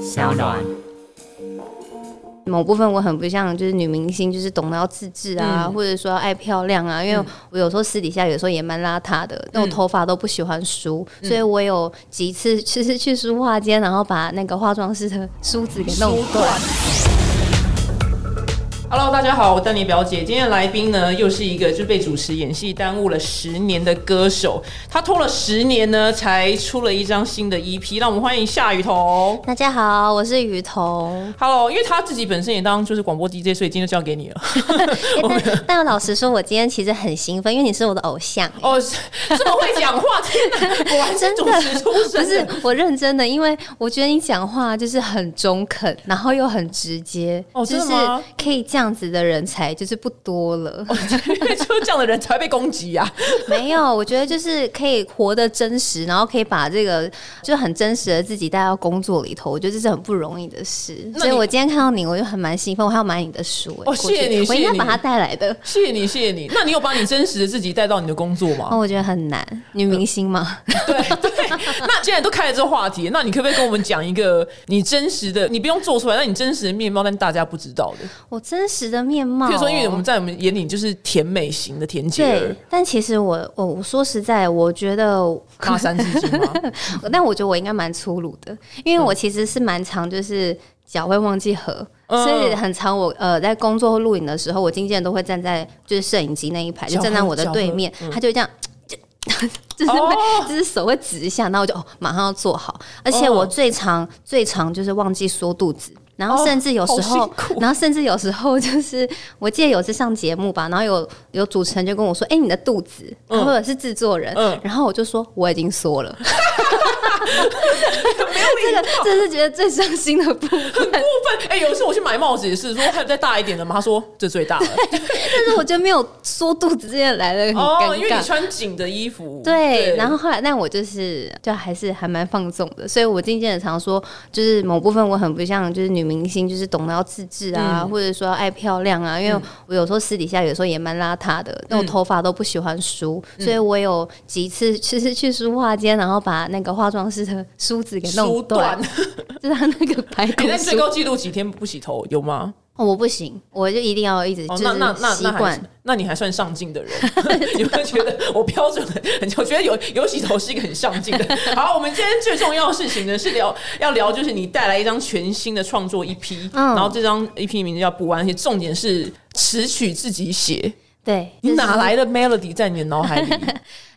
小暖。某部分我很不像，就是女明星，就是懂得要自制啊，嗯或者说要爱漂亮啊。因为嗯我有时候私底下有时候也蛮邋遢的，那嗯种头发都不喜欢梳，嗯所以我有几次其实去梳化间，然后把那个化妆师的梳子给弄断。 Hello，大家好，我丹尼表姐。今天的来宾呢，又是一个就被主持演戏耽误了十年的歌手，他拖了十年呢，才出了一张新的 EP。让我们欢迎夏雨桐。大家好，我是雨 桐。 Hello，因为他自己本身也当就是广播 DJ，所以今天就交给你了。欸但但老实说，我今天其实很兴奋，因为你是我的偶像、欸哦，是这么会讲话，天哪，果然是主持出不身。是我认真的，因为我觉得你讲话就是很中肯，然后又很直接，哦就真是的吗可以这样子的人才就是不多了。因为就这样的人才会被攻击啊！没有，我觉得就是可以活得真实，然后可以把这个就很真实的自己带到工作里头，我觉得这是很不容易的事。那你所以我今天看到你，我就很蛮兴奋，我还要买你的书、欸。哦过去谢谢你我应谢谢该你把它带来的。谢谢你，谢谢你。那你有把你真实的自己带到你的工作哦，吗？我觉得很难，女明星嘛， 对对。那既然都开了这个话题，那你可不可以跟我们讲一个你真实的，你不用做出来，但你真实的面貌，但大家不知道的？ 我真实的面貌哦。譬如说，因为我们在我们眼里就是甜美型的田姐对儿，，但其实我我我说实在，我觉得大三字经 吗？但我觉得我应该蛮粗鲁的，因为我其实是蛮常就是脚会忘记合，嗯所以很常我呃在工作或录影的时候，我经纪人都会站在就是摄影机那一排，就脚站在合我的脚嗯哦对合面，他就会这样。就就是会、就是手会指一下，然后我就哦，马上要做好。而且我哦最常、最常就是忘记缩肚子，然后哦甚至有时候，好辛苦 然后甚至有时候就是我记得有次上节目吧，然后有有主持人就跟我说：“哎、你的肚子。嗯或者是制作人，嗯然后我就说我已经缩了。这个 这是觉得最伤心的部 分，部分哎，有一次我去买帽子也是，说还有再大一点的吗？他说这最 大了。但是我觉得没有缩肚子这件来的很哦，尴因为你尬。穿紧的衣服。对，然后后来，但我就是就还是还蛮放纵的，所以我渐渐的常说，就是某部分我很不像就是女明星，就是懂得要自制啊，嗯或者说要爱漂亮啊，因为嗯我有时候私底下有时候也蛮邋遢的，那种嗯头发都不喜欢梳，所以我有几次就是去梳化间，然后把那个化妆师的梳子给弄梳断。断，哎就是他那个排 你骨在最梳高纪录几天不洗头有吗？哦，我不行，我就一定要一直就哦，是那那那习那还惯是。那你还算上进的人， 你会觉得我标准很？ 我觉得有有洗头是一个很上进的。好，我们今天最重要的事情呢是聊要聊，就是你带来一张全新的创作一批，嗯然后这张一批名字叫《不安》，而且重点是词曲自己写，对，你就是哪来的 melody 在你的脑海里？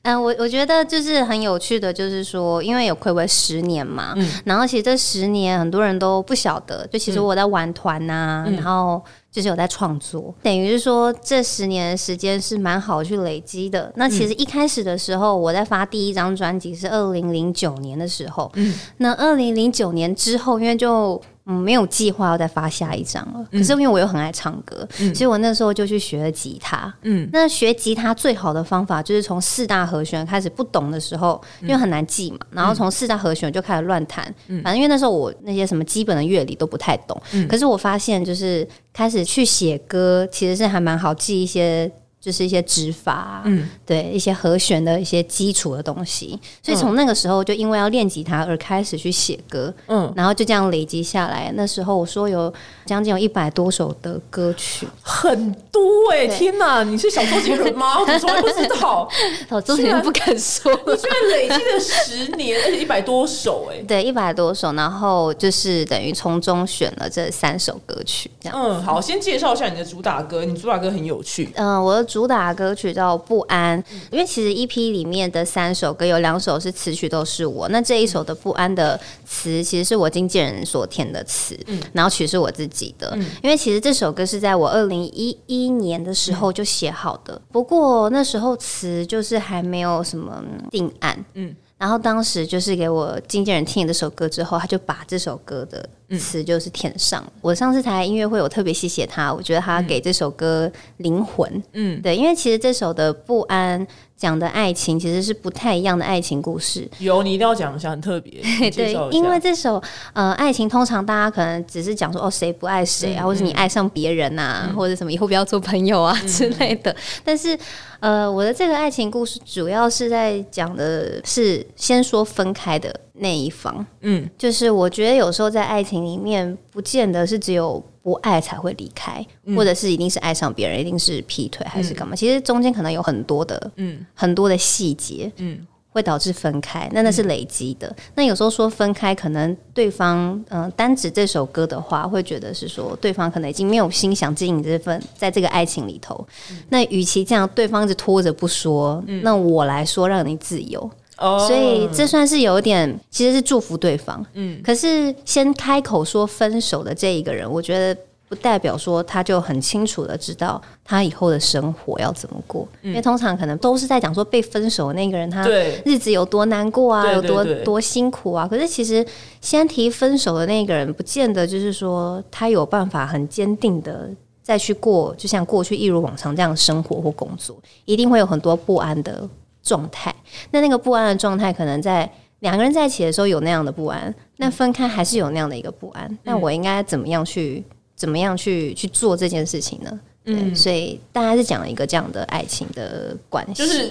嗯，我我觉得就是很有趣的，就是说，因为有暌违十年嘛，嗯然后其实这十年很多人都不晓得，就其实我在玩团呐、嗯然后就是有在创作，等于是说这十年的时间是蛮好去累积的。那其实嗯一开始的时候，我在发第一张专辑是二零零九年的时候，嗯那二零零九年之后，因为就。嗯，没有计划要再发下一张了。嗯可是因为我又很爱唱歌，所以我那时候就去学了吉他。嗯那学吉他最好的方法就是从四大和弦开始，不懂的时候因为很难记嘛，然后嗯从四大和弦就开始乱弹。反正因为那时候我那些什么基本的乐理都不太懂，嗯可是我发现就是开始去写歌，其实是还蛮好记一些。就是一些指法啊、嗯对一些和弦的一些基础的东西，所以从那个时候就因为要练吉他而开始去写歌，嗯，然后就这样累积下来。那时候我说有将近有一百多首的歌曲，很多哎、对天哪，你是小周杰伦吗？我从来不知道，我之前不敢说了你居然累积了十年，而且一百多首哎、对，一百多首，然后就是等于从中选了这三首歌曲，这样。嗯，好，先介绍一下你的主打歌，你主打歌很有趣。嗯、我的主打歌曲叫《不安》，因为其实 EP 里面的三首歌有两首是词曲都是我，那这一首的《不安》的词其实是我经纪人所填的词，然后曲是我自己的，因为其实这首歌是在我二零一一年的时候就写好的，不过那时候词就是还没有什么定案，嗯然后当时就是给我经纪人听了这首歌之后，他就把这首歌的词就是填上了。我上次台音乐会，我特别谢谢他，我觉得他给这首歌灵魂。嗯，对，因为其实这首的不安讲的爱情其实是不太一样的爱情故事。有，你一定要讲一下，很 特别。你介对绍，一下因为这首呃爱情，通常大家可能只是讲说哦谁不爱谁啊，嗯或者你爱上别人呐、或者什么以后不要做朋友啊、之类嗯的。但是呃，我的这个爱情故事主要是在讲的是先说分开的那一方。嗯，就是我觉得有时候在爱情里面，不见得是只有不爱才会离开，嗯或者是一定是爱上别人，一定是劈腿还是干嘛？其实中间可能有很多的，嗯嗯，很多的细节，嗯嗯。会导致分开，那那是累积的。那有时候说分开，可能对方嗯、呃单指这首歌的话，会觉得是说对方可能已经没有心想经营这份在这个爱情里头。那与其这样，对方一直拖着不说，那我来说让你自由。哦所以这算是有点，其实是祝福对方。嗯嗯，可是先开口说分手的这一个人，我觉得不代表说他就很清楚的知道他以后的生活要怎么过，因为通常可能都是在讲说被分手的那个人他嗯对日子有多难过啊，对对有对多多辛苦啊。可是其实先提分手的那个人，不见得就是说他有办法很坚定的。再去过，就像过去一如往常这样的生活或工作，一定会有很多不安的状态。那那个不安的状态，可能在两个人在一起的时候有那样的不安，嗯那分开还是有那样的一个不安。那我应该怎么样去怎么样去去做这件事情呢？嗯，所以大概是讲了一个这样的爱情的关系，就是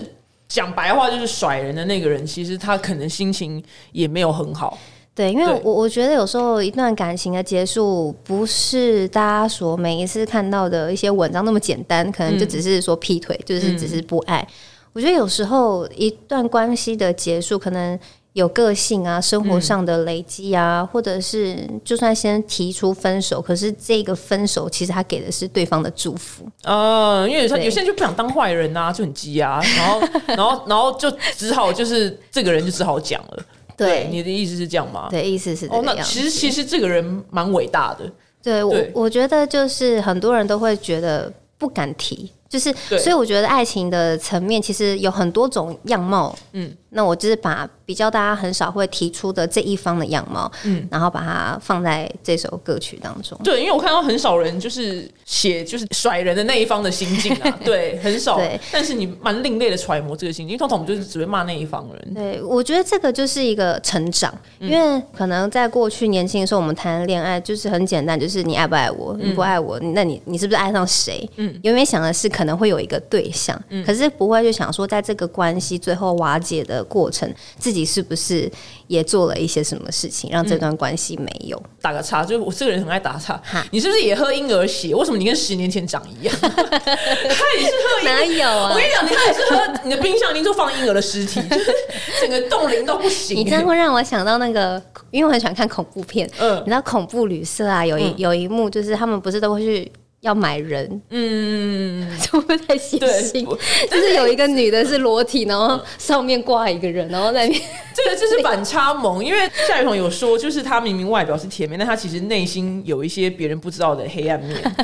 讲白话，就是甩人的那个人，其实他可能心情也没有很好。对，因为对我我觉得有时候一段感情的结束，不是大家所每一次看到的一些文章那么简单，可嗯能就只是说劈腿，就是只是不爱。我觉得有时候一段关系的结束，可能有个性啊、生嗯活上的累积啊，或者是就算先提出分手，可是这个分手其实他给的是对方的祝福。嗯，因为有时候对有些人就不想当坏人呐、就很急啊，然后然后然后就只好就是这个人就只好讲了。对，你的意思是这样吗？对，意思是这哦，个那样子。其实其实这个人蛮伟大的，对我对，我觉得就是很多人都会觉得不敢提，就是对所以我觉得爱情的层面其实有很多种样貌。嗯嗯，那我就是把比较大家很少会提出的这一方的样貌，嗯，然后把它放在这首歌曲当中。对，因为我看到很少人就是写就是甩人的那一方的心境 啊，对，很少对。但是你蛮另类的揣摩这个心境，因为通常我们就是只会骂那一方人。对，我觉得这个就是一个成长，因为可能在过去年轻的时候，我们谈恋爱就是很简单，就是你爱不爱我，你不爱我，那你你是不是爱上谁？嗯，永远想的是可能会有一个对象，可是不会就想说，在这个关系最后瓦解的过程，自己是不是也做了一些什么事情，让这段关系没有？打个岔，就是我这个人很爱打岔哈。你是不是也喝婴儿血？为什么你跟十年前长一样？ 他也是喝婴 儿哪有我啊跟？你讲，你还是喝你的冰箱已经就放婴儿的尸体， 就是整个冻龄到不行、你这样会让我想到那个，因为我很喜欢看恐怖片，嗯你知道恐怖旅社啊，有一、有一幕就是他们不是都会去要买人，嗯， 就会在写对，嗯信，我就是有一个女的是裸体，然后上面挂一个人，然后在那边这个这是反差萌，因为夏雨桐有说，就是她明明外表是甜美，但她其实内心有一些别人不知道的黑暗 面。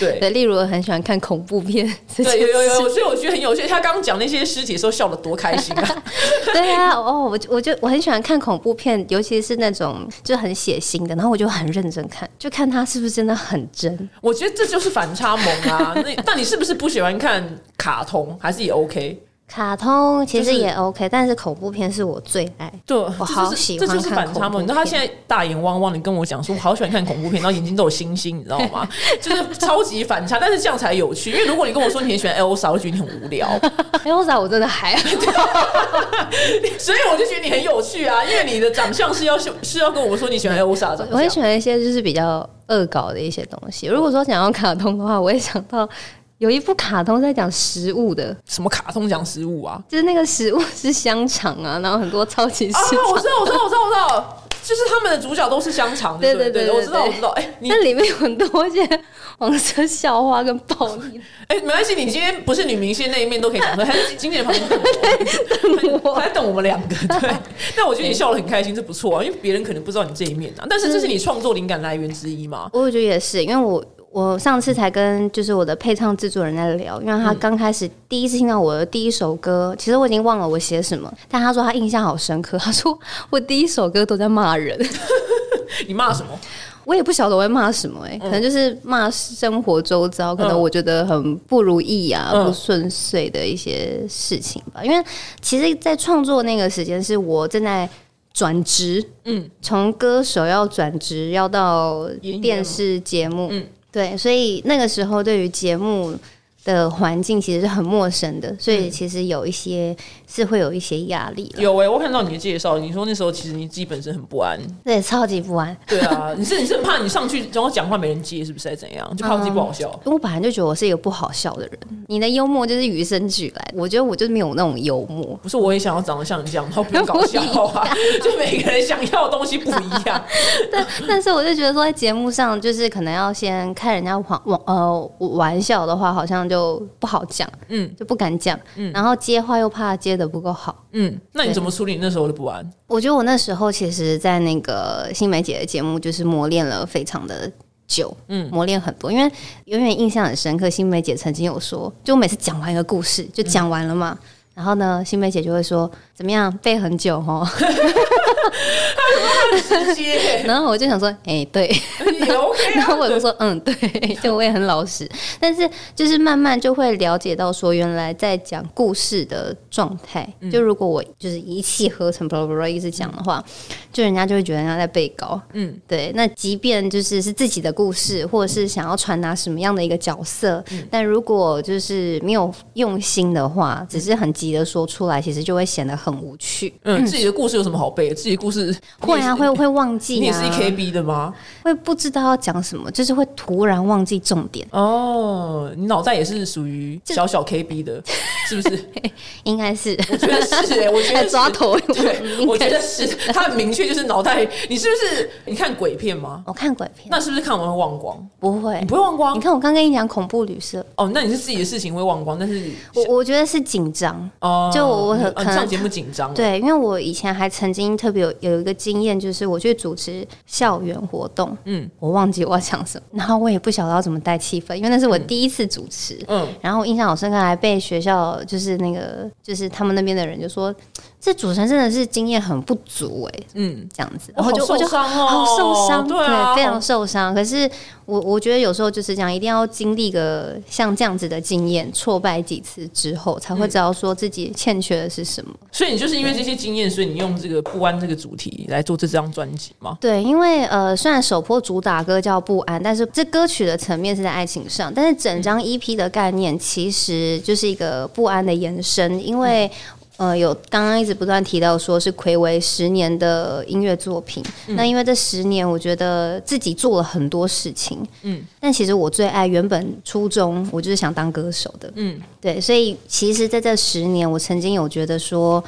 对，对，例如我很喜欢看恐怖片这件对，事，有有 有，所以我觉得很有趣。他刚刚讲那些尸体的时候笑得多开心 啊！对啊，哦，我就我就我很喜欢看恐怖片，尤其是那种就很血腥的，然后我就很认真看，就看他是不是真的很真。我觉得这就是反差萌啊。那那你是不是不喜欢看卡通，还是也 OK？卡通其就实是也 OK，、但是恐怖片是我最爱。对，我好喜欢这就是看反差恐怖萌。你知道他片现在大眼汪汪，你跟我讲说，我好喜欢看恐怖片，然后眼睛都有星星，你知道 吗？就是超级反差，但是这样才有趣。因为如果你跟我说你很喜欢 Elsa，我就觉得你很无聊， 哎，我咋我真的还好所以我就觉得你很有趣啊。因为你的长相是要是要跟我说你喜欢 Elsa 的我长很相。喜欢一些就是比较恶搞的一些东西。如果说讲到卡通的话，我也想到有一部卡通在讲食物的，什么卡通讲食物啊？就是那个食物是香肠啊，然后很多超级市啊，场，我知道，我知道，我知道，我知道，就是他们的主角都是香肠，对对对对，对我知道，我对知道。哎，你那里面有很多一些黄色笑话跟暴力。哎，没关系，你今天不是女明星那一面都可以讲 出来，还是经纪人旁边等我，还等我们两个。 对，但我觉得你笑得很开心，这不错啊，因为别人可能不知道你这一面啊。但是这是你创作灵感来源之一嘛？我觉得也是，因为我我上次才跟就是我的配唱制作人在聊，因为他刚开始第一次听到我的第一首歌，其实我已经忘了我写什么，但他说他印象好深刻，他说我第一首歌都在骂人。你骂什么？我也不晓得我会骂什么、欸，可嗯能就是骂生活周遭，可能我觉得很不如意啊、嗯不顺遂的一些事情吧。因为其实，在创作那个时间，是我正在转职，嗯嗯，从歌手要转职，要到演员电视节目，嗯嗯，对，所以那个时候对于节目。的环境其实是很陌生的，所以其实有一些是会有一些压力了。 嗯有哎、我看到你的介绍，你说那时候其实你自己本身很不安，对，超级不安。对啊， 嗯你是你是很怕你上去然后讲话没人接，是不是？还是怎样？就怕我自己不好笑。因为我本来就觉得我是一个不好笑的人，嗯你的幽默就是与生俱来，我觉得我就没有那种幽默。 不是，我也想要长得像你这样，然后不用搞笑啊， 就每个人想要的东西不一样。但但是我就觉得说，在节目上就是可能要先开人家玩玩呃玩笑的话，好像就不好讲，嗯就不敢讲。然后接话又怕接的不够好。嗯，那你怎么处理你那时候的不 安？我觉得我那时候其实，在那个新梅姐的节目，就是磨练了非常的久，嗯，磨练很多。因为永远印象很深刻，新梅姐曾经有说，就我每次讲完一个故事，就讲完了嘛。然后呢，新梅姐就会说：“怎么样，背很久哦。 直接然后我就想说：“哎、对。也 OK 然后我就啊。说：“嗯，对。”就我也很老实，但是就是慢慢就会了解到说，原来在讲故事的状态，嗯就如果我就是一气呵成，巴拉巴拉一直讲的话，就人家就会觉得人家在背稿。嗯，对，那即便就是是自己的故事，或者是想要传达什么样的一个角色，嗯但如果就是没有用心的话，只是很急的说出来，其实就会显得很无趣。嗯，自己的故事有什么好背？自己的故事会啊，你也会是会忘你记也是啊， EKB 的吗？会不知道要讲什么，就是会突然忘记重点，哦，你脑袋也是属于小小 KB 的，是不是？应该是我觉得是、 欸，我觉得在是抓。头。对，应我觉该得是，他很明确，就是脑袋。你是不是你看鬼片吗？我看鬼片那是不是看完会忘光？不会啊你，不会忘你光看我刚跟你讲恐怖旅社，哦，那你是自己的事情会忘光，但是我我觉得是紧张。哦，就我你很哦你可能上节目紧张了，对，因为我以前还曾经特别有有一个经验，就是我去主持校园活动，嗯我忘记我要讲什么，然后我也不晓得要怎么带气氛，因为那是我第一次主持。嗯，然后我印象好深刻，还被学校就是那个就是他们那边的人就说，这主持人真的是经验很不足哎、嗯，这样子，我然后就好我受就伤哦，好受伤，对啊，非好常受伤。可是我我觉得有时候就是这样，一定要经历个像这样子的经验，挫败几次之后，才会嗯知道说自己欠缺的是什么。所以你就是因为这些经验，所以你用这个不安这个主题来做这张专辑吗？对，因为呃，虽然首波主打歌叫《不安》，但是这歌曲的层面是在爱情上，但是整张 EP 的概念其实就是一个不安的延伸，因为。呃，有刚刚一直不断提到说是暌违十年的音乐作品，那因为这十年，我觉得自己做了很多事情，嗯嗯，但其实我最爱原本初衷，我就是想当歌手的，嗯嗯，对，所以其实在这十年，我曾经有觉得说，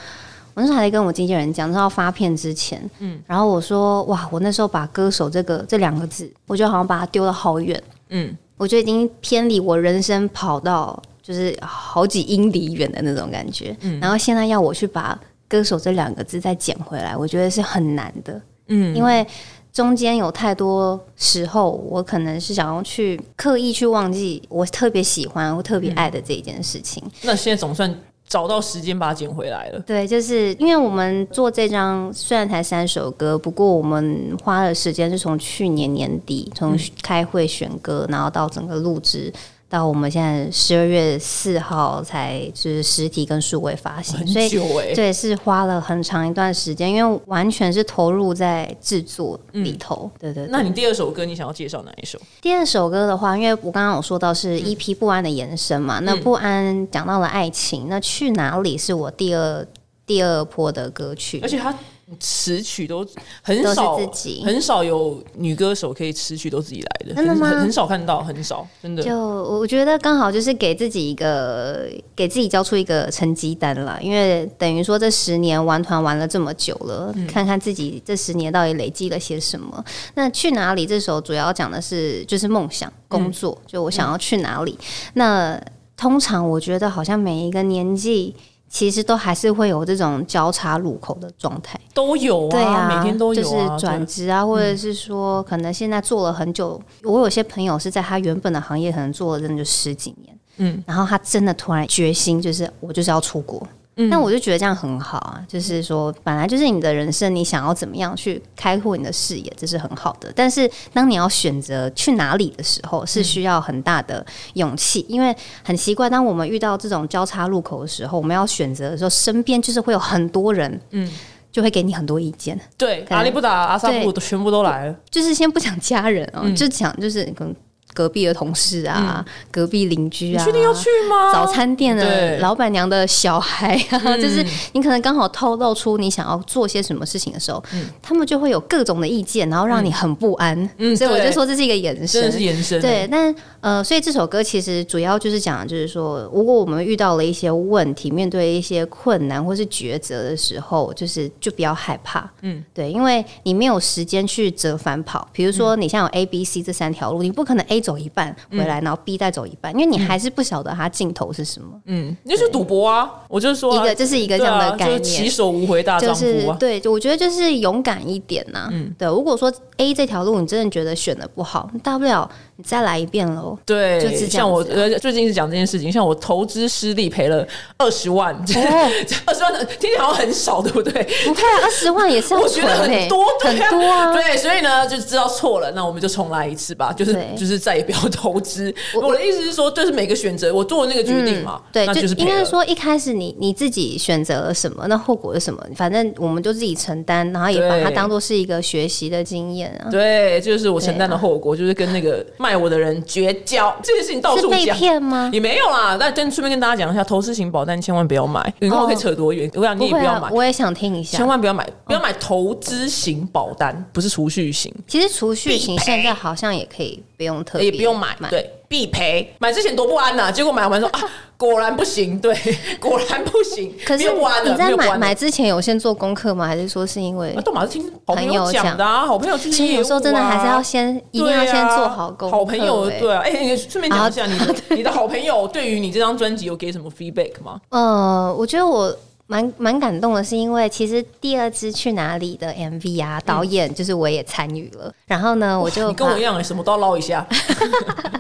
我那时候还在跟我经纪人讲，那时候要发片之前，嗯，然后我说哇，我那时候把歌手这个这两个字，我就好像把它丢了好远，嗯，我就已经偏离我人生跑到就是好几英里远的那种感觉，然后现在要我去把歌手这两个字再捡回来，我觉得是很难的，嗯，因为。中间有太多时候，我可能是想要去刻意去忘记我特别喜欢、我特别爱的这一件事情，那现在总算找到时间把它捡回来了。对，就是因为我们做这张虽然才三首歌，不过我们花的时间是从去年年底从嗯开会选歌，然后到整个录制。到我们现在十二月四号才就是实体跟数位发行很，所以久哎、对是花了很长一段时间，因为完全是投入在制作里头。对对对。嗯那你第二首歌你想要介绍哪一首？第二首歌的话，因为我刚刚有说到是嗯一批不安的延伸嘛，那不安讲到了爱情，那去哪里是我第二第二波的歌曲而，且它词曲都很都是少，自己很少有女歌手可以词曲都自己来的，真的吗很很少看到，很少，真的。就我觉得刚好就是给自己一个给自己交出一个成绩单了，因为等于说这十年玩团玩了这么久了，嗯看看自己这十年到底累积了些什么。那去哪里这首主要讲的是就是梦想、工作，嗯就我想要去哪里。那通常我觉得好像每一个年纪。其实都还是会有这种交叉路口的状态，都有啊，对啊，每天都有啊，就是转对职啊，或者是说可能现在做了很久，我有些朋友是在他原本的行业可能做了真的就十几年，嗯嗯，然后他真的突然决心，就是我就是要出国。嗯那我就觉得这样很好啊，就是说，本来就是你的人生，你想要怎么样去开阔你的视野，这是很好的。但是，当你要选择去哪里的时候，嗯是需要很大的勇气，因为很奇怪，当我们遇到这种交叉路口的时候，我们要选择的时候，身边就是会有很多人，嗯，就会给你很多意见。对，可能阿里不达、阿萨布对啊都全部都来了。嗯就是先不讲家人哦、就讲就是可能隔壁的同事啊，隔壁邻居你啊，确定要去吗？早餐店对嗯的老板娘的小孩啊，就是你可能刚好透露出你想要做些什么事情的时候，他们就会有各种的意见，然后让你很不安。嗯所以我对就说这是一个延真的伸是。延伸，欸对，但呃，所以这首歌其实主要就是讲，就是说，如果我们遇到了一些问题，面对一些困难或是抉择的时候，就是就不要害怕，嗯，对，因为你没有时间去折返跑。比如说，你像有 A、B、C 这三条路，你不可能 A 走一半回来，然后 B 再走一半，因为你还是不晓得它尽头是什么。嗯，那就是赌博啊！我就说啊、一个，这是一个这样的概对啊、念，就是起手无回大丈就夫是啊。对，就我觉得就是勇敢一点呐、对，如果说 A 这条路你真的觉得选的不好，大不了你再来一遍喽。对，就是这样子啊像我呃最近是讲这件事情，像我投资失利赔了二十万，哦 二十、万的听起来好像很少，对不对？不会啊，二十万也是要我觉存得欸很多，对很啊多啊。对，所以呢，就知道错了，那我们就重来一次吧，就是对就是再也不要投资。我的意思是说，就是每个选择，我做了那个决定嘛，嗯对，那就是赔应了该说一开始你你自己选择了什么，那后果是什么，反正我们就自己承担，然后也把它对当做是一个学习的经验啊。对，这就是我承担的后果，就是跟那个卖我的人绝交。这件事情到是处被讲，骗吗？也没有啦。但但顺便跟大家讲一下，投资型保单千万不要买。你看哦我可以扯多远？我想你不也会不要啊买，，我也想听一下千。万不要买，不要买投资型保嗯单，不是储蓄型，其实储蓄型现在好像也可以不用特别，也不用买，对。必赔，买之前多不安呐、结果买 完说啊，果然不行，对， 果然不行，可没是有不安了，你没在有不买安了买。之前有先做功课吗？还是说是因为啊，？都马是听好朋朋友友讲讲的啊，好朋友就是其实有时候业务真的还是啊要先，一定要对先啊做好功课。好朋友欸对啊，哎、你顺便讲一下啊 你的你的好朋友对于你这张专辑有给什么 feedback 吗？呃，我觉得我蛮蛮感动的，是因为其实第二支去哪里的 MV 啊，导演就是我也参与了。然后呢，我就嗯你跟把我一样、哎，什么都要捞一下，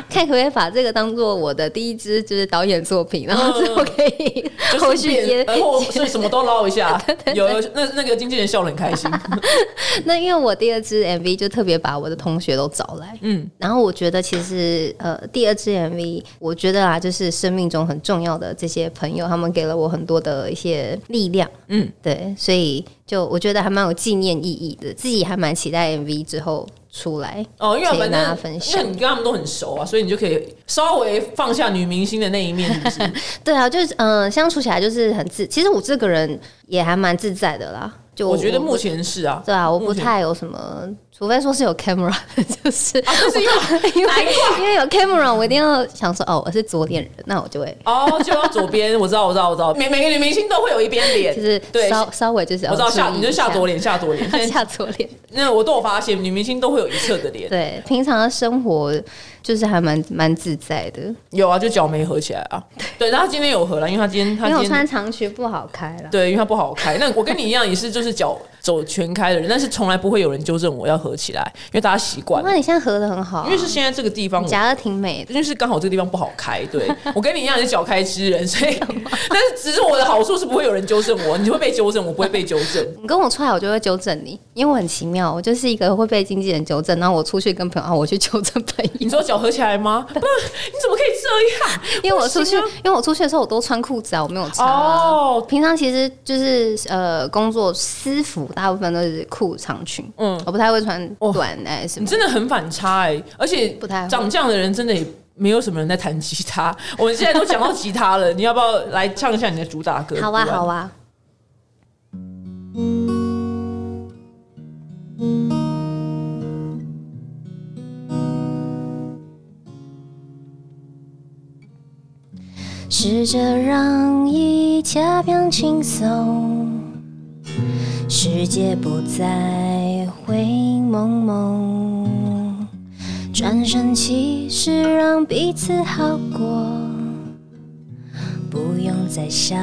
看可不可以把这个当做我的第一支就是导演作品，然后之后可以嗯就是 后续变接。然后所以什么都捞 一下。有有那那个经纪人笑得很开心，那因为我第二支 MV 就特别把我的同学都找来，嗯嗯，然后我觉得其实呃，第二支 MV 我觉得啊，就是生命中很重要的这些朋友，他们给了我很多的一些力量，嗯嗯，对，所以就我觉得还蛮有纪念意义的，自己还蛮期待 MV 之后出来，哦，因为可以反跟大家正分因为享你跟他们都很熟啊，所以你就可以稍微放下女明星的那一面，是不是？对啊，就是嗯、呃相处起来就是很自，其实我这个人也还蛮自在的啦，就我觉 得我目前是啊，对啊，我不目前太有什么，除非说是有 camera，就是、 啊就是要因为难因为有 camera，我一定要想说哦，我是左脸人，那我就会哦，就要左边，我知道，我知道，我知道，每每个女明星都会有一边脸，就是对，稍稍微就是要我知道下注意你一就下下左脸，下左 脸，现在下左脸。那我都有发现，女明星都会有一侧的脸。对，平常的生活就是还蛮蛮自在的，因有啊，就脚没合起来啊。对，但她今天有合了，因为她今天她为我今天穿长裙不好开了。对，因为她不好开。那我跟你一样，也是就是脚走全开的人，但是从来不会有人纠正我要合起来，因为大家习惯了。那你现在合的很好、啊，因为是现在这个地方你我。夹的挺美的。因为是刚好这个地方不好开， 对我跟你一样也是脚开之人，所以 但是只是我的好处是不会有人纠正我，你会被纠正，我不会被纠正。 你跟我出来，我就会纠正你，因为我很奇妙，我就是一个会被经纪人纠正，然后我出去跟朋友，啊、我去纠正朋友，你说脚合起来 吗？不，你怎么可以这样？因为我出去，不行啊因为我出去的时候我都穿裤子啊，我没有穿、啊。哦，平常其实就是呃，工作私服大部分都是裤长裙，嗯嗯，我不太会穿短哎、什你么。真的很反差哎、而且不太会长这样的人真的也没有什么人在弹吉他。我们现在都讲到吉他了，你要不要来唱一下你的主打歌？好啊，好啊。啊。试着让一切变轻松，世界不再灰蒙蒙，转身其实让彼此好过。不用再相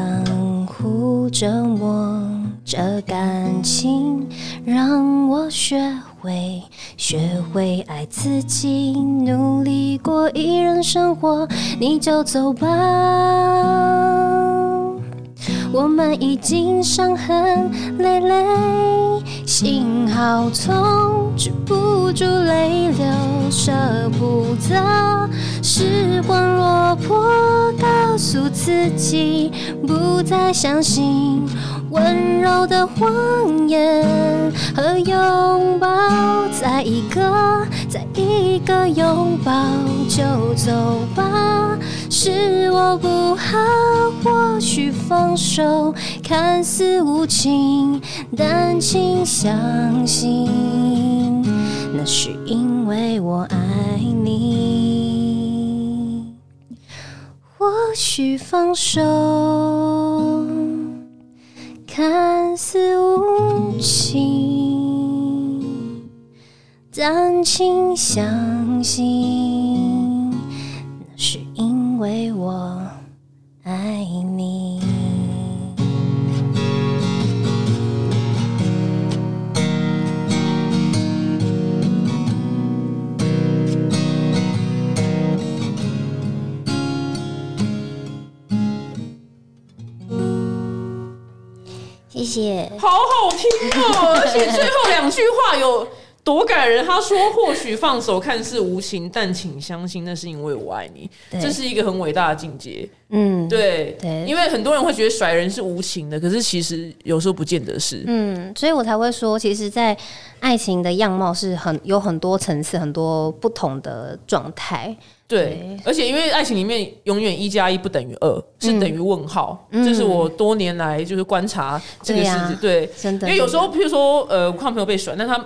互折磨。这感情让我学会，学会爱自己，努力过一人生活，你就走吧。我们已经伤痕累累，幸好从止不住泪流，舍不得时光落魄，告诉自己不再相信温柔的谎言和拥抱，在一个再一个拥抱就走吧。是我不好，或许放手看似无情，但请相信，那是因为我爱你。或许放手看似无情，但请相信，那是因为我爱你。谢谢。好好听 哦，而且最后两句话有多感人。他说：“或许放手看似无情，但请相信那是因为我爱你。”对这是一个很伟大的境界。嗯，对，对因为很多人会觉得甩人是无情的，可是其实有时候不见得是。嗯，所以我才会说，其实，在爱情的样貌是很有很多层次、很多不同的状态。对，而且因为爱情里面永远一加一不等于二，是等于问号。嗯这是我多年来就是观察这个对事情，呀对，真的，因为有时候，譬如说，呃，我看朋友被甩，但他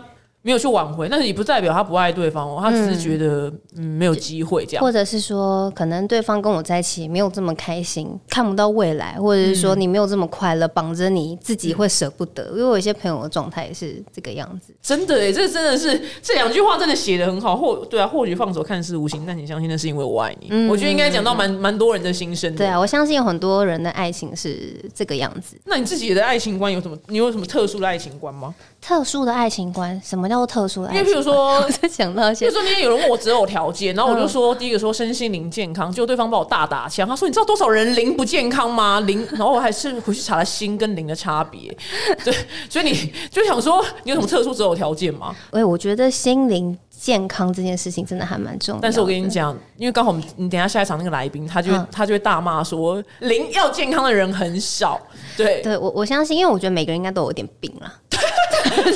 没有去挽回，但是也不代表他不爱对方哦，他只是觉得嗯没有机会这样。或者是说，可能对方跟我在一起没有这么开心，看不到未来，或者是说嗯你没有这么快乐，绑着你自己会舍不得。因为我有一些朋友的状态也是这个样子。真的哎，这真的是这两句话真的写的很好。或对啊，或许放手看似无情，但请相信那是因为我爱你。嗯我觉得应该讲到蛮蛮多人的心声的。对啊，我相信有很多人的爱情是这个样子。 那你自己的爱情观有什么？你有什么特殊的爱情观吗？特殊的爱情观，什么叫做特殊的爱因情观？为譬如说我，在想到一譬些如说，那天有人问我择偶条件，然后我嗯就说，第一个说身心灵健康，结果对方把我大打枪，他说你知道多少人零不健康吗？零，然后我还是回去查了心跟零的差别，对，所以你就想说，你有什么特殊择偶条件吗？哎，我觉得心灵健康这件事情真的还蛮重要的。但是我跟你讲，因为刚好我们你等一下下一场那个来宾，他就会、嗯他就会大骂说，零要健康的人很少，对。对我我相信，因为我觉得每个人应该都有点病啦。 不是，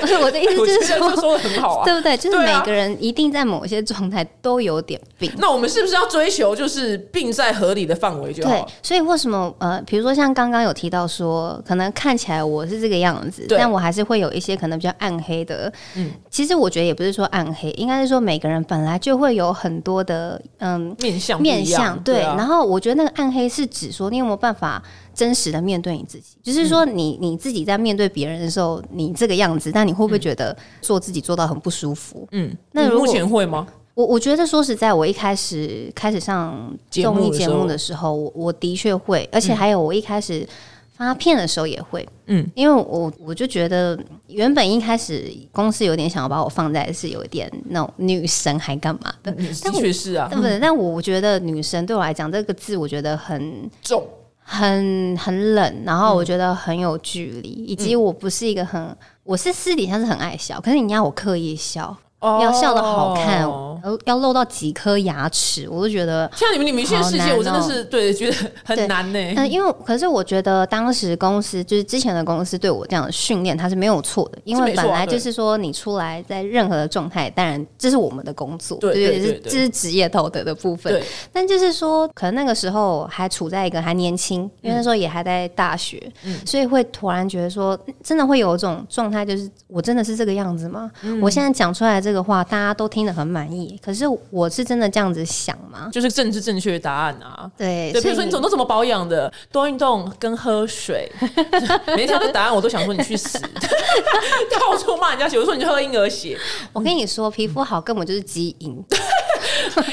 不是我的意思就我觉是得这说，说的很好啊对。不对？就是对啊每个人一定在某些状态都有点病。那我们是不是要追求就是病在合理的范围就好对了？，所以为什么呃，比如说像刚刚有提到说，可能看起来我是这个样子，对但我还是会有一些可能比较暗黑的。嗯，其实我觉得也不是说暗黑，应该是说每个人本来就会有很多的嗯面向不一样面相。对，对啊然后我觉得那个暗黑是指说你有没有办法真实的面对你自己，就是说嗯你你自己在面对别人的时候，你这个样子，但你会不会觉得做自己做到很不舒服？嗯，那你如目果前会吗？我我觉得说实在，我一开始开始上综艺节目的时候，嗯我我的确会，而且还有我一开始发片的时候也会，嗯嗯，因为我我就觉得原本一开始公司有点想要把我放在是有一点那种女神还干嘛的，嗯的但我确是啊，对不对？但我觉得女神对我来讲这个字，我觉得很重。很很冷，然嗯后我觉得很有距离，以及我不是一个很，我是私底下是很爱笑，可是你要我刻意笑。要笑的好看，然哦啊后要露到几颗牙齿，我都觉得。像你们你们一些世好界，难哦我真的是对觉得很难呢、嗯，因为可是我觉得当时公司就是之前的公司对我这样的训练，它是没有错的，因是为没错啊本来就对是说你出来在任何的状态，当然这是我们的工作，对对也对是对这是职业道德的部分。对，但就是说，可能那个时候还处在一个还年轻，因为那时候也还在大学，所以会突然觉得说，嗯真的会有一种状态，就是我真的是这个样子吗？我现在讲出来这个话，大家都听得很满意，可是我是真的这样子想吗？就是政治正确的答案啊。对，对，比所如说以你总都怎么保养的，多运动跟喝水。 每一条的答案我都想说你去死， 到处骂人家血。我说你去喝婴儿血，我跟你说，皮肤好根本就是基 因，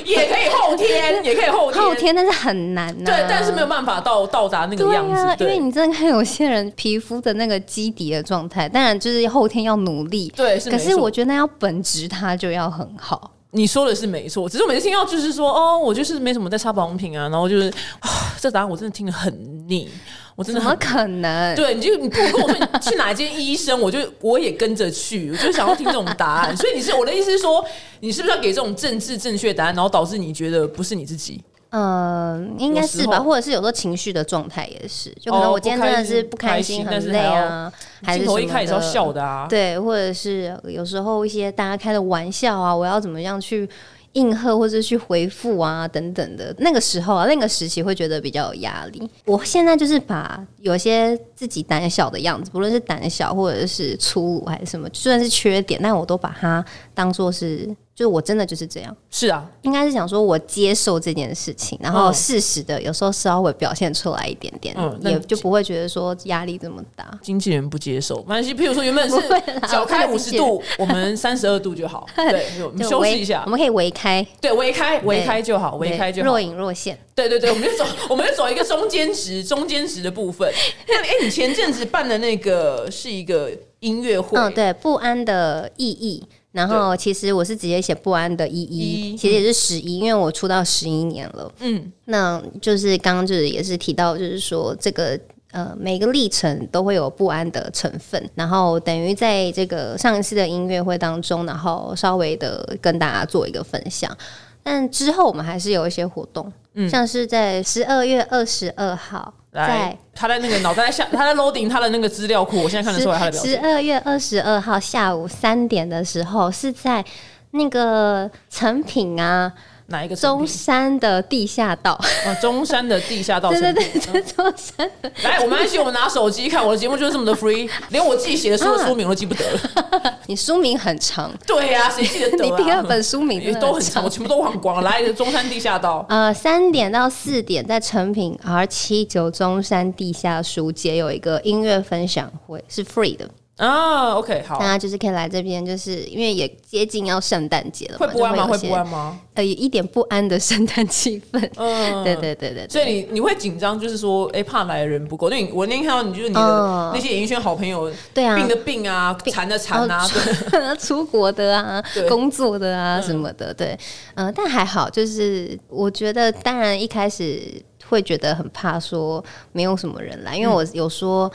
也可以后 天，也可以后天。后哦天但是很难、啊，对，但是没有办法到到达那个对样啊子。，因为对你真的看有些人皮肤的那个基底的状态，当然就是后天要努力，对，是没可是错我觉得要本质它就要很好。你说的是没错，只是我每次听到就是说，哦，我就是没什么在擦保养品啊，然后就是 啊，这答案我真的听得很腻，我真的怎很么可能？对， 你就你不如跟我说你去哪一间医生，我就 我也跟着去，我就想要听这种答案。 所以你是我的意思是说，你是不是要给这种政治正确答案，然后导致你觉得不是你自己？呃，应该是有时吧，候或者是有时候情绪的状态也是，就可能哦我今天真的是不不开开心心、但是很累啊，还是什镜头么一看也是要笑的啊。对，或者是有时候一些大家开的玩笑啊，我要怎么样去应和或者去回复啊等等的，那个时候啊，那个时期会觉得比较有压力。我现在就是把有些自己胆小的样子，不论是胆小或者是粗鲁还是什么，虽然是缺点，但我都把它当做是，就是我真的就是这样。是啊，应该是想说，我接受这件事情，然后适时的，有时候稍微表现出来一点点，嗯那也就不会觉得说压力这么大。经纪人不接受，没关系。譬如说原本 是不会啦小开我看五得十见度，我们三十二度 就好。对，我们就休围息一下我。们可以围开，对，围开，围开就好，围对开就好若。隐若现。对对对，我们就走， 我们就走一个中间值，中间值的部分。那哎，你前阵子办的那个是一个音乐会，嗯，对，不安的意义。然后其实我是直接写不安的意一义，其实也是十一，因为我出道十一年了。嗯，那就是刚刚就是也是提到，就是说这个。呃，每个历程都会有不安的成分，然后等于在这个上一次的音乐会当中，然后稍微的跟大家做一个分享。但之后我们还是有一些活动，嗯像是在十二月二十二号，在来，他在那个脑袋下，他在 loading 他的那个资料库，我现在看得出来他的表十情。二月二十二号下午三点的时候，是在那个成品啊哪一个成中品？山的地下道，哦，中山的地下 道。对对。对，在哦中山的来，我们安心，我们拿手机看我的节目就是这么 的 free，连我自己写的书的书名我都记不得了。你书名很长， 对呀、谁记得得、啊你啊？第二本书名也真的都很 长，我全部都忘光了。来，中山地下道。呃，三点到四点在成品 R 七九中山地下书街有一个音乐分享会，是 free 的，啊，OK，好大，家就是可以来这边，就是因为也接近要圣诞节了嘛，会不安吗？就会啊有一些不安吗？呃，有一点不安的圣诞气氛。嗯，对对对对所以你你会紧张，就是说，哎、怕来的人不够。因为你我那天看到你，就是你的嗯那些演艺圈好朋友，对啊病的病啊，残的残啊，对，对，哦 出国的啊对，工作的啊什么的，对，嗯、但还好，就是我觉得，当然一开始会觉得很怕，说没有什么人来，因嗯为我有说。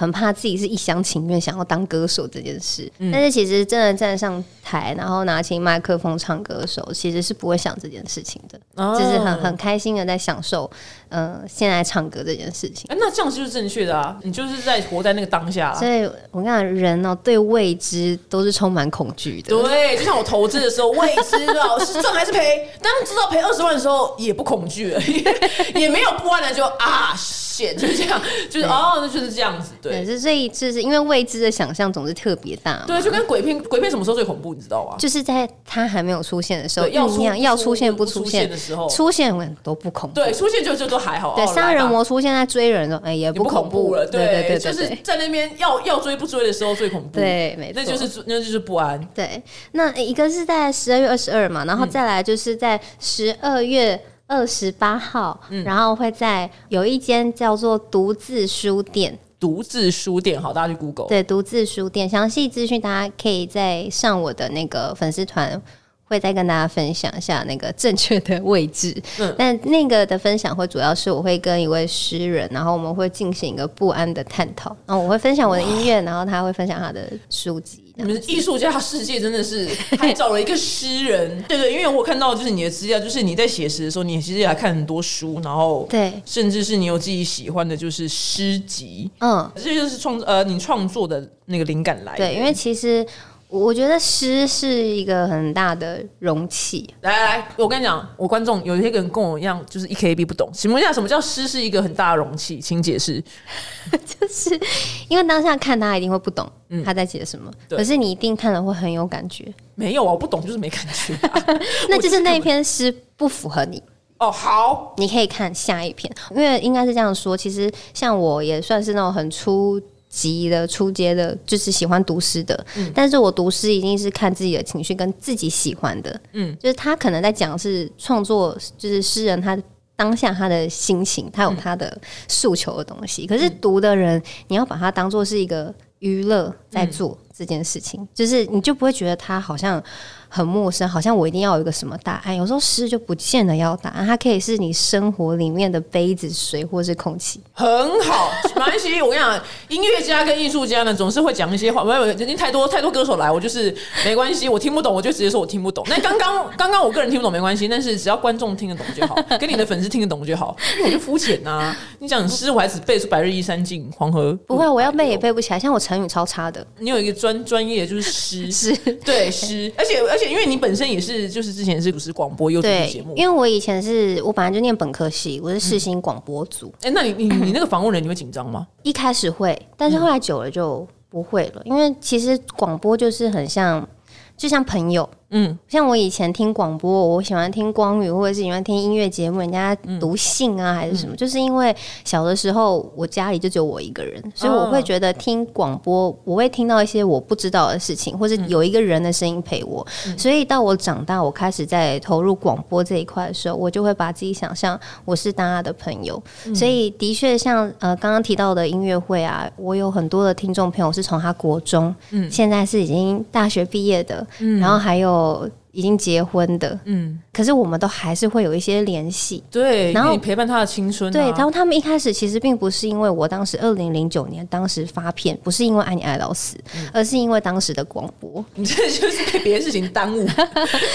很怕自己是一厢情愿想要当歌手这件事，嗯但是其实真的站上台，然后拿起麦克风唱歌手，其实是不会想这件事情的，哦就是很很开心的在享受，呃，现在唱歌这件事情。哎、那这样就是正确的啊，你就是在活在那个当下啊啦所。以我跟你讲，人哦、对未知都是充满恐惧的，对，就像我投资的时候，未知道是挣还是赔，当知道赔二十万的时候，也不恐惧了， 也也没有不安的，就啊，险，就是这样，就是哦，那就是这样子，对，，对是这一次是因为未知的想象总是特别大嘛，对，啊就跟鬼片，鬼片什么时候最恐怖，你知道吗？就是在它还没有出现的时候，对，要酝出酿要出现不出出现现的，时候，出现我都不恐怖。对，出现就就都还好，对，哦杀来人吧魔出现在追人的时候，哎，也也不不恐恐怖了，对对对对就是对在那边要要追不追的时候最恐怖，，对，没错，那就是那就是不安。对。那一个是在十二月二十二嘛，然嗯后再来就是在十二月。二十八号，嗯然后会在有一间叫做独自书店，独自书店，好，大家去 Google。对，独自书店详细资讯，大家可以再上我的那个粉丝团。会再跟大家分享一下那个正确的位置，嗯但那个的分享会主要是我会跟一位诗人，然后我们会进行一个不安的探讨，然后我会分享我的音乐，然后他会分享他的书籍。你们艺术家世界真 的是还找了一个诗人，对对，因为我看到就是你的资料，就是你在写诗的时候，你其实也还看很多书，然后对，甚至是你有自己喜欢的，就是诗集，嗯，这就是创呃你创作的那个灵感来源。对，因为其实我觉得诗是一个很大的容器，来来来，我跟你讲，我观众有一些人跟我一样，就是一 KB 不懂，请问一下，什么叫诗是一个很大的容器？请解释。就是因为当下看他一定会不懂他在写什么，嗯对可是你一定看了会很有感觉，没有啊，我不懂，就是没感觉啊、 那就是那一篇诗不符合你，哦，好，你可以看下一篇，因为应该是这样说。其实像我也算是那种很初级的、初阶的，就是喜欢读诗的。但是我读诗一定是看自己的情绪跟自己喜欢的。嗯嗯，就是他可能在讲是创作，就是诗人他。当下他的心情，嗯他有他的诉求的东西。可是读的人，你要把它当嗯做是一个娱乐在做这件事情，就是你就不会觉得他好像很陌生，好像我一定要有一个什么答案。有时候诗就不见得要答案，它可以是你生活里面的杯子、水或是空气。很好，马来西亚，我跟你讲，音乐家跟艺术家呢，总是会讲一些话。没有，没有，已经太多太多歌手来，我就是没关系，我听不懂，我就直接说我听不懂。那刚刚刚刚我个人听不懂没关系，但是只要观众听得懂就好，跟你的粉丝听得懂 就好，因为我就肤浅呐。你讲诗，我还只背出“百日依山尽，黄河”，不会，我要背也背不起来，像我成语超差 的。 你有一个专专业就是诗，是，对诗，而且而且因为你本身也是就是之前是主持广播又主持节对目，，嗯因为我以前是我本来就念本科系，我是世新广播组，哎、那你你你那个访问人你会紧张吗？一开始会，但是后来久了就不会了，因为其实广播就是很像，就像朋友。嗯，像我以前听广播，我喜欢听光宇，或者是喜欢听音乐节目，人家读信啊、还是什么，就是因为小的时候我家里就只有我一个人，所以我会觉得听广播，我会听到一些我不知道的事情，或是有一个人的声音陪我。所以到我长大，我开始在投入广播这一块的时候，我就会把自己想象我是大家的朋友。嗯所以的确像呃刚刚提到的音乐会啊，我有很多的听众朋友是从他国中，嗯现在是已经大学毕业的，然后还有已经结婚的，嗯，可是我们都还是会有一些联系。对，然因后为你陪伴他的青春、啊，对，然后他们一开始其实并不是因为我当时二零零九年当时发片，不是因为爱你爱到死，嗯而是因为当时的广播， 你这就是被别的事情 耽误。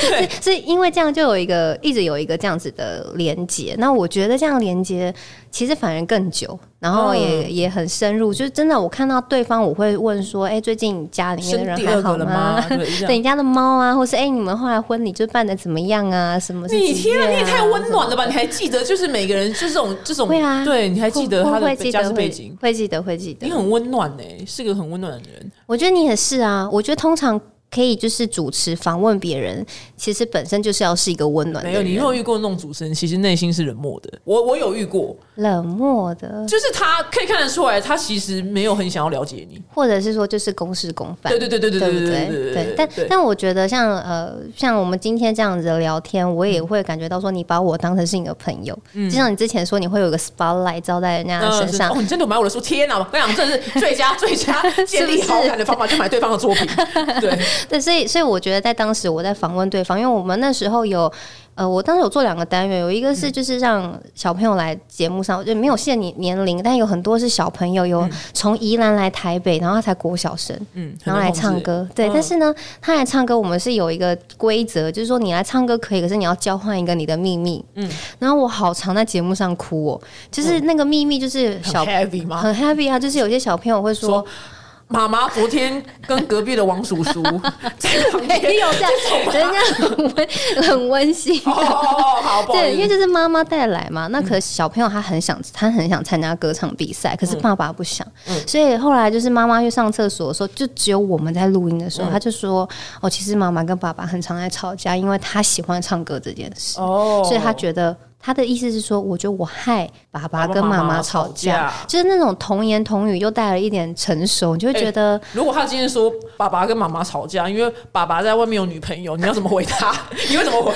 对，是因为这样就有一个一直有一个这样子的连接。那我觉得这样连接其实反而更久，然嗯后也、也很深入。就是真的，我看到对方，我会问说：“哎、最近你家里面的生人第还二好个 了吗？吗？”对，这对样。你家的猫啊，或是哎、你们后来婚礼就办的怎么样啊？什么是你几天月啊？啊，你也太温暖了吧！什么你还记得，就是每个人就是这种这种，会啊对，你还记得他会的会记家得世会背景，嗯会记得会记得你。很温暖呢、是个很温暖的人。我觉得你也是啊，我觉得通常可以就是主持访问别人，其实本身就是要是一个温暖的没有，人，你有遇过那种主持人，其实内心是冷漠的。我我有遇过，冷漠的，就是他可以看得出来，他其实没有很想要了解你。或者是说就是公事公办对。对对对对对对不对对？对对，但但我觉得像呃，像我们今天这样子的聊天，我也会感觉到说，你把我当成是你的朋友，就像你之前说，你会有一个 spotlight 照在人家的啊身嗯是上哦，，你真的有买我的书？天哪！我跟你讲，这是最佳 最佳建立好感的方法，就买对方的作品。对，对，所以所以我觉得在当时我在访问对方，因为我们那时候有。呃，我当时有做两个单元，有一个是就是让小朋友来节目上，就没有限年年龄，但有很多是小朋友，有从宜兰来台北，然后他才国小生，嗯，然后来唱歌。对，嗯但是呢，他来唱歌，我们是有一个规则，就是说你来唱歌可以，可是你要交换一个你的秘密。嗯，然后我好常在节目上哭哦，就是那个秘密就是嗯很小、 heavy 吗？很 happy 啊，就是有些小朋友会说说妈妈昨天跟隔壁的王 叔叔在旁边，啊没有这样，人家很温 很温馨。啊哦哦哦，好，不好对，因意为思，这是妈妈带来嘛，那可是小朋友他很想，他很想参加歌唱比赛，可是爸爸不想，嗯所以后来就是妈妈去上厕所的时候，就只有我们在录音的时嗯候，他就说，哦，其实妈妈跟爸爸很常在吵架，因为他喜欢唱歌这件事，哦所以他觉得。他的意思是说，我觉得我害爸爸跟妈妈吵爸爸架妈妈吵架，就是那种童言童语，又带了一点成熟，你就会觉得如果他今天说爸爸跟妈妈吵架，因为爸爸在外面有女朋友，你要怎么回他？ 你会怎么回？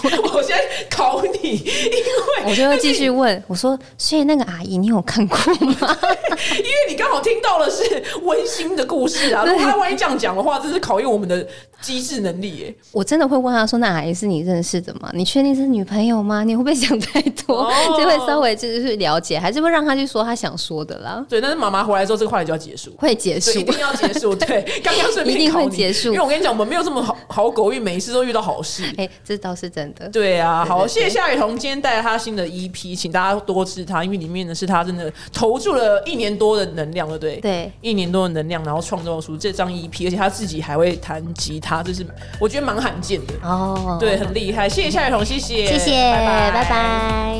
我现在考你，因为我就会继续问我说：“所以那个阿姨，你有看过吗因为你刚好听到的是温馨的故事啊。如果他万一这样讲的话，这是考验我们的机智能力耶。？”我真的会问她说：“那阿姨是你认识的吗？你确定是女朋友吗？你会不会想太多？”哦 就会稍微就是去了解，还是会让她去说她想说的啦，对，但是妈妈回来之后，这个话题就要结束。会结对，束一。定要结束。对，刚刚顺 便一定会考你结束因为我跟你讲，我们没有这么好好狗运，每一次都遇到好事。 哎、这倒是真的。对啊，对好，对谢谢夏雨桐今天带来她新的 EP，请大家多支持她，因为里面呢是她真的投注了一年多的能量，对不对？对，一年多的能量，然后创造出这张 E EP，而且她自己还会弹吉他，这是我觉得蛮罕见的，哦，对，很厉害。谢谢夏雨桐，谢谢，谢谢，拜拜拜